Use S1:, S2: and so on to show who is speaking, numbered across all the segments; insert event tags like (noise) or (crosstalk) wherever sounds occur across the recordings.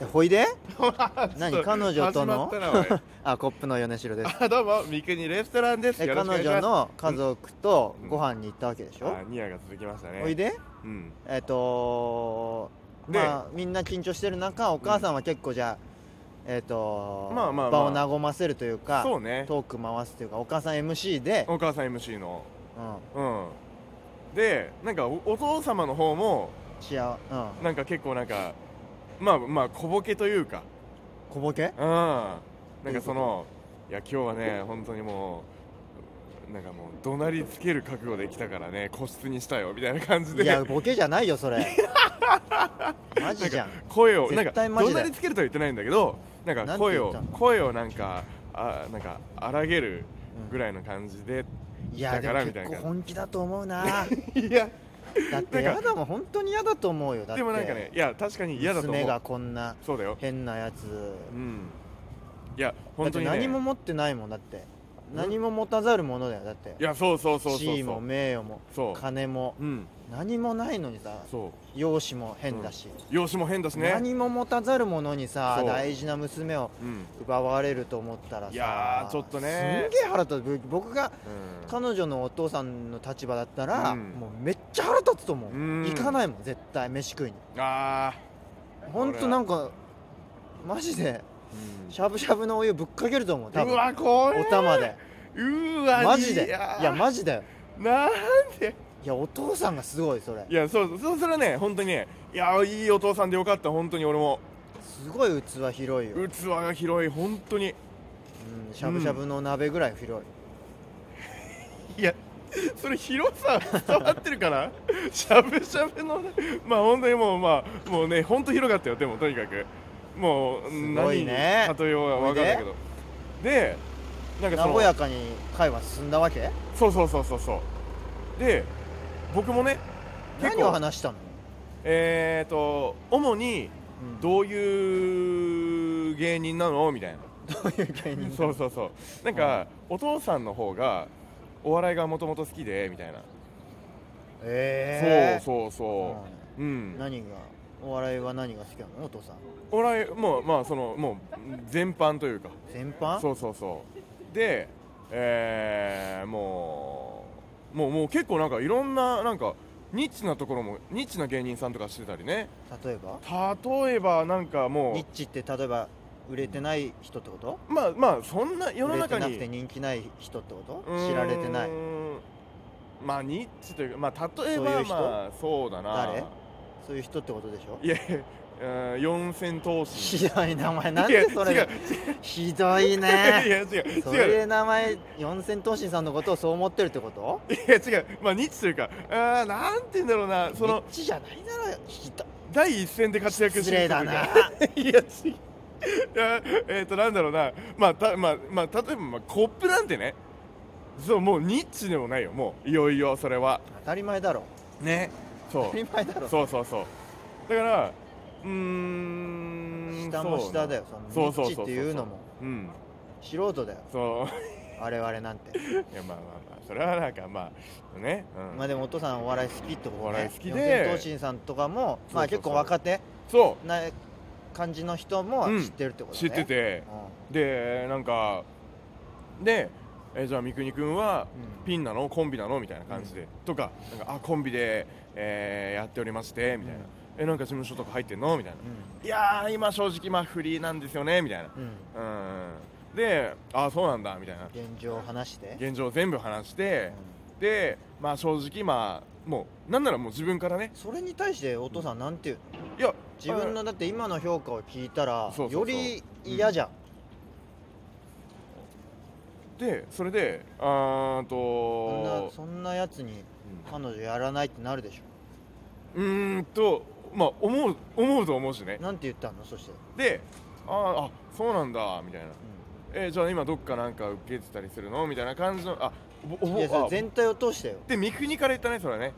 S1: えほい
S2: (laughs)
S1: で何彼女との
S2: 始まったなおい
S1: あコップの米城です
S2: あどうも三国レストランです
S1: え
S2: よ
S1: 彼
S2: ろしくお願
S1: 女
S2: いします
S1: の家族と
S2: うん
S1: ご飯に行ったわけでしょ、
S2: あニヤが続きましたね
S1: ほいで
S2: うん
S1: えっ、とー
S2: で
S1: まあみんな緊張してる中お母さんは結構じゃあ、えっ、とー
S2: まあまあまあ
S1: 場を和ませるというか
S2: そうね
S1: トーク回すというかお母さん MC で、
S2: お母さん MC の
S1: うん、
S2: うんでなんかおお父様の方も
S1: しあ、うん、
S2: なんか結構なんかまあまあ小ボケというか
S1: 小ボケ
S2: うんなんかそ
S1: ど
S2: のいや今日はね本当にもうなんかもう怒鳴りつける覚悟できたからね個室にしたよみたいな感じで
S1: いやボケじゃないよそ
S2: (laughs)
S1: れマジじゃん
S2: 声をな
S1: 絶
S2: んか
S1: 対マジ
S2: 怒
S1: だよ
S2: 鳴りつけるとは言ってないんだけどなん
S1: な
S2: か
S1: んて
S2: 声
S1: 言っ
S2: を
S1: たの
S2: 声をなんかあなんか荒げるぐ
S1: ら
S2: らいの感じで、
S1: いやでも
S2: だからみ
S1: 結
S2: たいな
S1: 構本気だと思
S2: (laughs)
S1: うな
S2: いや
S1: だって
S2: なん
S1: や
S2: か
S1: だもん本当に嫌だと思うよだって
S2: でもなんかねいや確かに嫌だと思
S1: 娘が
S2: う
S1: こんな
S2: そうだよ
S1: 変なやつ
S2: うんいや
S1: だっ
S2: 本当
S1: て
S2: に、ね、
S1: 何も持ってないもんだって何も持たざるものだよだって
S2: いやそうそうそうそうそう
S1: 地位も名誉も
S2: そう
S1: 金も
S2: うん
S1: 何もないのにさ
S2: そう
S1: 容姿も変だし、
S2: 容姿も変だしね
S1: 何も持たざるものにさ
S2: そう
S1: 大事な娘を
S2: うん
S1: 奪われると思ったらさ
S2: いやーちょっとね
S1: すんげえ腹立つぶ僕が
S2: うん
S1: 彼女のお父さんの立場だったら、
S2: うん
S1: もうめっちゃ腹立つと思う、
S2: うん
S1: 行かないもん絶対飯食いに
S2: あ
S1: ほんとなんかマジでしゃぶしゃぶのお湯ぶっかけると思う
S2: ー、
S1: 多
S2: うん、
S1: 分
S2: うわこれ
S1: お玉で
S2: うーわ
S1: マジでい
S2: いやー
S1: やマジだよ
S2: なんで
S1: いやお父さんがすごいそれ
S2: いやそうそうそれはね本当にねいやーいいお父さんでよかった本当に俺も
S1: すごい器広いよ、
S2: 器が広い本当に
S1: うん、しゃぶしゃぶの鍋ぐらい広い、
S2: いやそれ広さ伝わってるから (laughs) しゃぶしゃぶのねまあ本当にもうまあもうね本当広かったよでもとにかくも
S1: す
S2: う
S1: ごいね
S2: 何に例えようが分かんないけどでなんかその
S1: 和やかに会話進んだわけ
S2: そうそうそうそうそうで僕もね結
S1: 何を
S2: 構
S1: 話したの、
S2: えっ、ー、と主に
S1: うん
S2: どういう芸人なのみたいな
S1: どういう芸人
S2: そうそうそうなんか、お父さんの方がお笑いがもともと好きでみたいな、
S1: ええ
S2: そうそうそう、うん
S1: 何がお笑いは何が好きなのお父さん
S2: お笑いもうまあそのもう全般というか
S1: 全般
S2: そうそうそうでえー、もうもうもう結構なんかいろんななんかニッチなところもニッチな芸人さんとかしてたりね
S1: 例えば
S2: 例えばなんかも
S1: ニッチって例えば売れてない人ってこと
S2: うまあまあそんな世の中
S1: 売れてなく
S2: に
S1: て人気ない人ってこ
S2: うー
S1: と
S2: ん
S1: 知られてない
S2: まあニッチというかまあ例えば
S1: そういう人
S2: まあそうだな
S1: 誰そういう人ってことでしょ
S2: いやうん四千頭身
S1: ひどい名前なん
S2: いや
S1: でそ
S2: 違
S1: れ
S2: う
S1: ひどい
S2: いや (laughs) い
S1: ね
S2: や違う違う
S1: そういう名前四千頭身さんのことをそう思ってるってこと
S2: いや違うまあニッチというかあーなんて言うんだろうなそ
S1: ニッ
S2: の
S1: チじゃないだろひど
S2: 第一線で活躍して
S1: 失礼
S2: る人と
S1: だ
S2: か
S1: な
S2: (laughs) いや違ういやえっ、となんだろうなまあたまあまあ例えばまあコップなんてねそうもうニッチでもないよもういよいよそれは
S1: 当たり前だろ
S2: ね
S1: 当
S2: そ
S1: たり
S2: う
S1: 前だろ
S2: そうそうそうだからうーん
S1: 下も下だよそのニッチっていうのも
S2: そううん
S1: 素人だよ
S2: そう (laughs)
S1: 我々なんて
S2: いやまあまあまあそれはなんかまあね、うん
S1: まあでもお父さんお笑い好きってことね
S2: お笑い好きで
S1: 四千頭身さんとかもまあ
S2: そうそうそう
S1: 結構若手
S2: そ
S1: な感じの人も
S2: うん
S1: 知ってるってこ
S2: う
S1: と
S2: 知
S1: ね
S2: っててでなんかでえじゃあ三国君は
S1: うん
S2: ピンなのコンビなのみたいな感じで、とかなんかあコンビで、えーやっておりましてみたいな、
S1: うん
S2: えなんか事務所とか入ってんのみたいな、
S1: う
S2: いやー今正直まあフリーなんですよねみたいなん
S1: うん
S2: うんであそうなんだみたいな
S1: 現状を話して
S2: 現状全部話して
S1: うん、
S2: でまあ正直まあもうなんならもう自分からね
S1: それに対してお父さんなんていうの
S2: いや
S1: 自分のだって今の評価を聞いたら
S2: そう
S1: よ
S2: そうそう
S1: り嫌じゃん
S2: でそれであーん
S1: そんな
S2: と
S1: そんなやつに彼女やらないってなるでし
S2: うんうーんとまあ思う思うと思うしね
S1: ょなんて言ったのそして
S2: であーあそうなんだみたいな
S1: う
S2: えーじゃあ今どっかなんか受けてたりするのみたいな感じのあお
S1: んいやそ
S2: お
S1: れ
S2: あ
S1: 全体を通してよ
S2: で三国から言ったねそれはね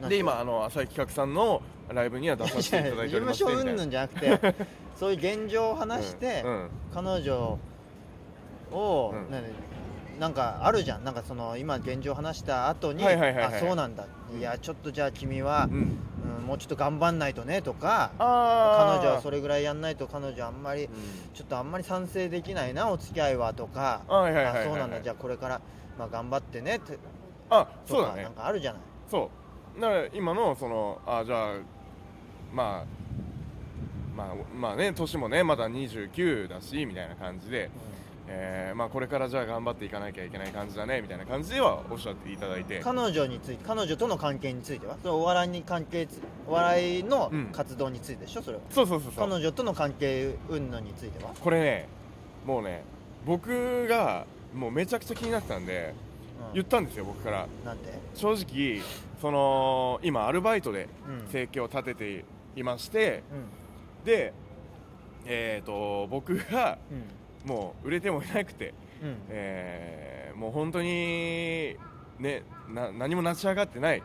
S1: なんて
S2: で今あの浅井企画さんのライブには出させていただい
S1: 事
S2: てお
S1: 務
S2: りまして
S1: 所
S2: みた
S1: 云
S2: いな
S1: 々じゃなく
S2: (laughs)
S1: てそういう現状を話して、
S2: うんうん
S1: 彼女を、
S2: うん
S1: なんでなんかあるじゃんなんかその今現状を話した後に、
S2: はいはいはいはい
S1: あそうなんだいやちょっとじゃあ君は
S2: う、ん
S1: うんもうちょっと頑張んないとねとか彼
S2: あ
S1: 女はそ
S2: れ、
S1: れぐらいやんないと彼女あんまり
S2: う
S1: ちょっとあんまり賛成できないなお付き合いはとか
S2: ん、はいはいはいはい、
S1: あそうなんだじ
S2: ゃ
S1: ゃあこれから、まあ、頑張ってねって
S2: あ
S1: と
S2: そう
S1: か
S2: だね
S1: なんかあるじゃない
S2: そうだから今のそのあじゃあまあまあまあね年もねまだ29だしみたいな感じで、えーまあ、これからじゃあ頑張っていかなきゃいけない感じだねみたいな感じではおっしゃっていただいて
S1: 彼女について彼女との関係についてはそれお笑いに関係つお笑いの
S2: うん
S1: 活動についてでしょそれは
S2: そうそうそうそう
S1: 彼女との関係云々については
S2: これねもうね僕がもうめちゃくちゃ気になってたんで
S1: うん
S2: 言ったんですよ僕から
S1: なんて
S2: 正直その今アルバイトで
S1: うん
S2: 生計を立てていまして
S1: うん
S2: でえー、と僕が
S1: うん
S2: もう売れてもいなくて、
S1: うん
S2: えーもう本当にねな何も成し上がってない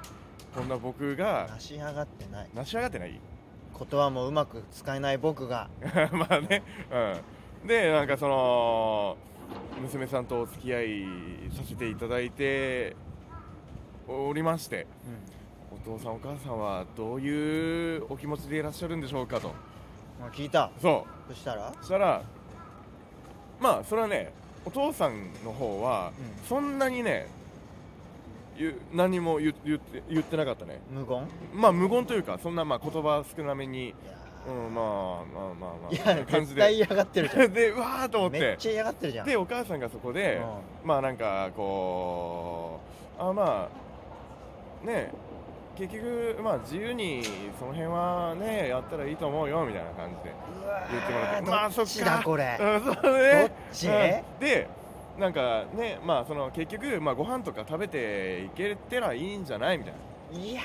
S2: こんな僕が
S1: 成し上がってない
S2: 成し上がってない
S1: 言葉もうまく使えない僕が
S2: (laughs) まあね、うん、でなんかその娘さんとお付き合いさせていただいておりましてお父さんお母さんはどういうお気持ちでいらっしゃるんでしょうかと
S1: うん、聞いた
S2: そう
S1: そしたら
S2: そしたらまあそれはねお父さんの方は、
S1: うん
S2: そんなにねゆ何も言言って言ってなかったね
S1: 無言
S2: まあ無言というかそんなまあ言葉少なめ
S1: い
S2: に、
S1: や
S2: う
S1: ー
S2: ん、まあまあまあまあみた
S1: い
S2: な
S1: や絶対嫌がってるじゃん
S2: (laughs) でうわーと思っ
S1: めってちゃ嫌がってるじゃん
S2: でお母さんがそこで、まあなんかこうあまあね結局まあ自由にその辺はねやったらいいと思うよみたいな感じで言ってもらって
S1: ま
S2: ま
S1: あ
S2: あ
S1: そ
S2: そ
S1: っ
S2: っ
S1: ちだ
S2: か
S1: これ、
S2: うん (laughs) そうね
S1: どっち
S2: うんでなんかねまあその結局まあご飯とか食べていけてらいいんじゃないみたいな、
S1: いや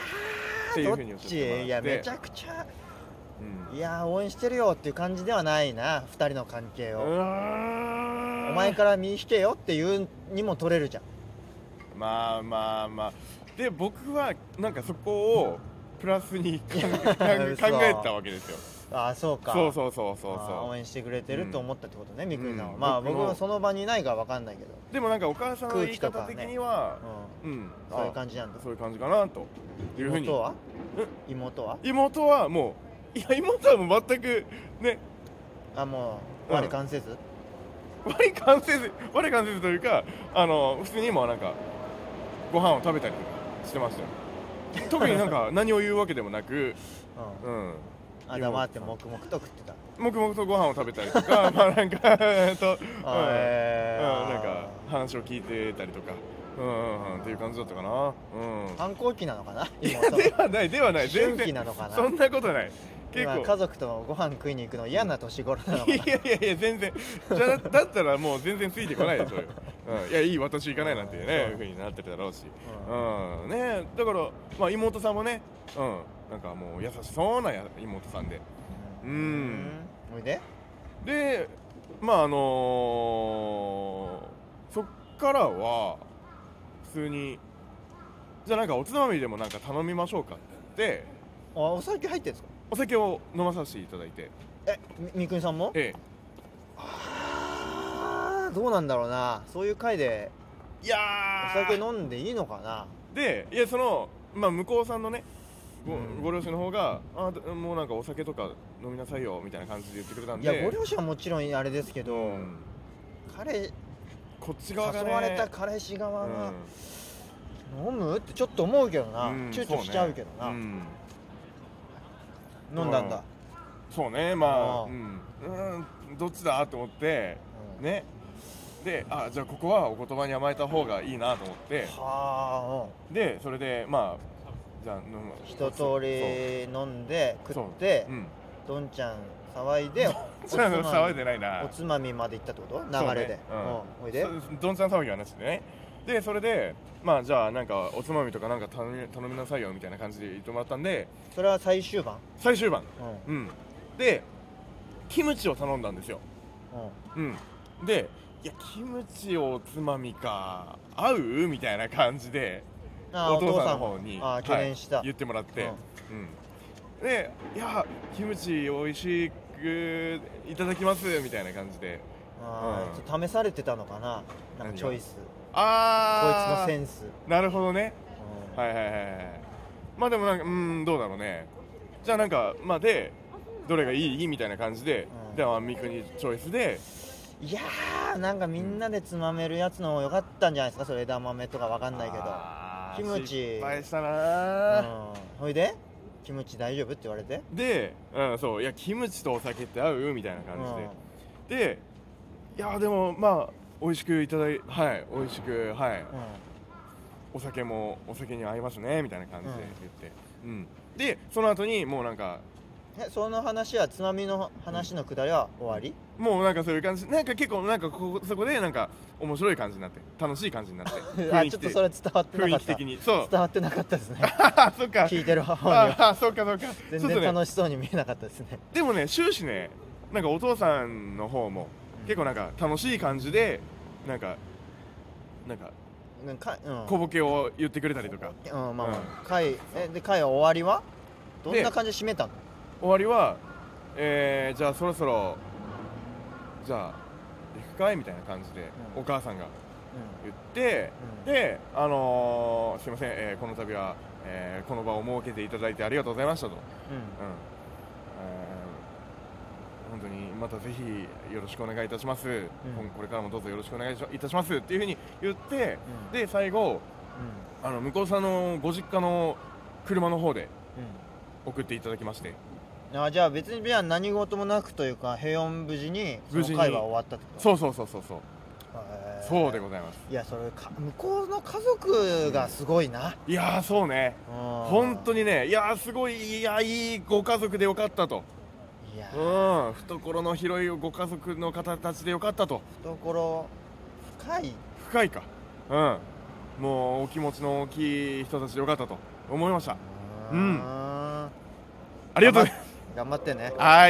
S2: っていうふう
S1: ー
S2: に言
S1: ど
S2: っ
S1: ってち
S2: もらって
S1: いやめちゃくちゃ
S2: うん
S1: いやー応援してるよっていう感じではないな二人の関係
S2: う
S1: を、
S2: わー
S1: お前から身引けよっていうにも取れるじゃん
S2: まあまあまあで僕はなんかそこをプラスに
S1: (laughs)
S2: 考え考え
S1: 嘘
S2: 考えたわけですよ
S1: ああそうか
S2: そうそうそうそう
S1: あー応
S2: そ
S1: 援してくれてると思ったってことね、みくりさんは、
S2: うん
S1: まあ
S2: 僕
S1: 僕
S2: も
S1: はその場にいないから分かんないけど、
S2: うでもなんかお母さんの言い
S1: 空
S2: 方
S1: 気と
S2: 的
S1: かね
S2: には
S1: う、ん、
S2: うん
S1: そういう
S2: じ
S1: 感じなんだ
S2: そういう感じかなというふうに
S1: 妹は妹は
S2: 妹はもういや妹はもう全くね
S1: あもう
S2: うん
S1: 我関せず、
S2: 我に関せず我に関せずというかあの普通にもうなんかご飯を食べたりとかしてましたよ特になんか何を言うわけでもなく
S1: うん
S2: うん
S1: あ黙って黙々と食ってた
S2: 黙々とご飯を食べたりと
S1: (laughs)
S2: かまあなんかえっと、
S1: あ
S2: うん
S1: ーえー
S2: うん、なんか話を聞いてたりとかうんうんうんっていう感じだったかなう
S1: 反抗期なのかなん
S2: いや
S1: 妹
S2: ではないではない全
S1: 春期
S2: 然
S1: なのかな
S2: そんなことない結構
S1: 今家族とご飯食いに行くの嫌な年頃なのか
S2: いやいやいや全然じゃあだったらもう全然ついてこないでしょうよ、うん、いやいい私行かないなんてね
S1: そう
S2: ふうになってるだろうし
S1: な、
S2: (laughs) うんねだから、まあ、妹さんもねうんなんかもう優しそうなや妹さんで
S1: う
S2: うん
S1: おいで
S2: でまああのーそっからは普通にじゃあなんかおつまみでもなんか頼みましょうかって言って
S1: あお酒入ってるんですか
S2: お酒を飲まさせていただいて
S1: えみみくにさんも
S2: え
S1: あーどうなんだろうなそういう回で
S2: えいや
S1: お
S2: ー
S1: 酒飲んでいいのかな
S2: でいやその、まあ、向こうさんのねご
S1: うん
S2: ご両親の方があーもうなんかお酒とか飲みなさいよみたいな感じで言ってくれたん
S1: い
S2: で
S1: やご両親はもちろんあれですけど、
S2: うん
S1: 彼
S2: こっち側が
S1: 誘
S2: ね
S1: われた彼氏側が
S2: うん
S1: 飲むってちょっと思うけどな、
S2: うん
S1: 躊躇しちゃうけどな、
S2: そうねうん
S1: 飲んだんだ、
S2: そうねまあ
S1: あー
S2: うん、うん、どっちだと思って
S1: うん
S2: ねであじゃあここはお言葉に甘えた方がいいなと思って
S1: は
S2: でそれでまあじゃあ飲む
S1: あ、うん、一通り飲んで食って
S2: そう、うん、
S1: どんちゃん騒
S2: (laughs)
S1: いでお
S2: それは騒い
S1: み
S2: でないな
S1: おつまみまで行ったってこと流れで、
S2: そうね
S1: うんおいで
S2: うんそどんちゃん騒ぎはなしでねでそれでまあじゃあなんかおつまみとかなんか頼み頼みなさいよみたいな感じで言ってもらったんで
S1: それは最終盤
S2: 最終盤
S1: うん
S2: うんでキムチを頼んだんですよ
S1: うん
S2: うんでいやキムチをおつまみか合うみたいな感じで
S1: あー
S2: お父さんの
S1: も
S2: 方に
S1: あー懸念した、
S2: はい言ってもらって、うんでいやキムチ美味しくいただきますみたいな感じで
S1: あー
S2: うん
S1: ちょっと試されてたのかななん
S2: 何
S1: か
S2: が
S1: チョイスこいつ
S2: ああ
S1: のセンス、
S2: なるほどね
S1: うん
S2: はいはいはいはいまあでもなんかうーんどうだろうねじゃあなんかまあでどれがいいみたいな感じで、
S1: うん
S2: でアンミクにチョイスで
S1: いやーなんかみんなでつまめるやつの方が良かったんじゃないですかそれ枝豆とかわかんないけど
S2: あー
S1: キムチ
S2: 失敗したなー、
S1: うんほいでキムチ大丈夫って言われて
S2: で、うん、そういやキムチとお酒って合うみたいな感じで、でいやでもまあ美味しくいただいはい美味しくはい
S1: うんうん
S2: お酒もお酒に合いますねみたいな感じで
S1: うん
S2: 言って、うんでその後にもうなんか
S1: えその話はつまみの話のくだりは終わり、
S2: もうなんかそういう感じなんか結構なんかここそこでなんか面白い感じになって楽しい感じになって
S1: (laughs) あ
S2: 雰囲
S1: ちょ
S2: 気
S1: っと
S2: 的
S1: それ伝わってな
S2: 雰
S1: か
S2: 囲
S1: っ
S2: 気
S1: た
S2: 的にそう
S1: 伝わってなかった
S2: (laughs)
S1: ですね
S2: あそっか
S1: 聞いてる方には
S2: ああ (laughs) そっかそっか
S1: 全
S2: ちょっと
S1: 然
S2: ね
S1: 楽しそうに見えなかったですね
S2: でもね終始ねなんかお父さんの方も結構なんか楽しい感じでなんかなんか
S1: なんかうん
S2: 小ボケを言ってくれたりとか
S1: うんまあまあ会えで会は終わりはどんな感じで締めたの
S2: 終わりは、えーじゃあそろそろじゃあ行くかいみたいな感じで
S1: うん
S2: お母さんが言って、であのーすいません、えーこの度は、えーこの場を設けていただいてありがとうございましたと、うん
S1: うんうん
S2: えー本当にまたぜひよろしくお願いいたします、今これからもどうぞよろしくお願いいたしますっていうふうに言って
S1: うん
S2: で最後あの向こうさんのご実家の車の方で
S1: うん
S2: 送っていただきまして
S1: うんあじゃあ別にビアン何事もなくというか平穏無事にそ
S2: 無事に
S1: の会は終わったってこと
S2: そうそうそうそうそう
S1: へー
S2: そうでございます
S1: いやそれか向こうの家族がすごいな、
S2: いやーそうね
S1: 本
S2: 本当にねいやーすごいいやいいご家族でよかったと
S1: いや
S2: うん懐の広いご家族の方たちでよかったと
S1: 懐深い
S2: 深いかうんもうお気持ちの大きい人たちでよかったと思いましたうん
S1: あ
S2: ありがとうござい
S1: 頑張ってね
S2: ますはーい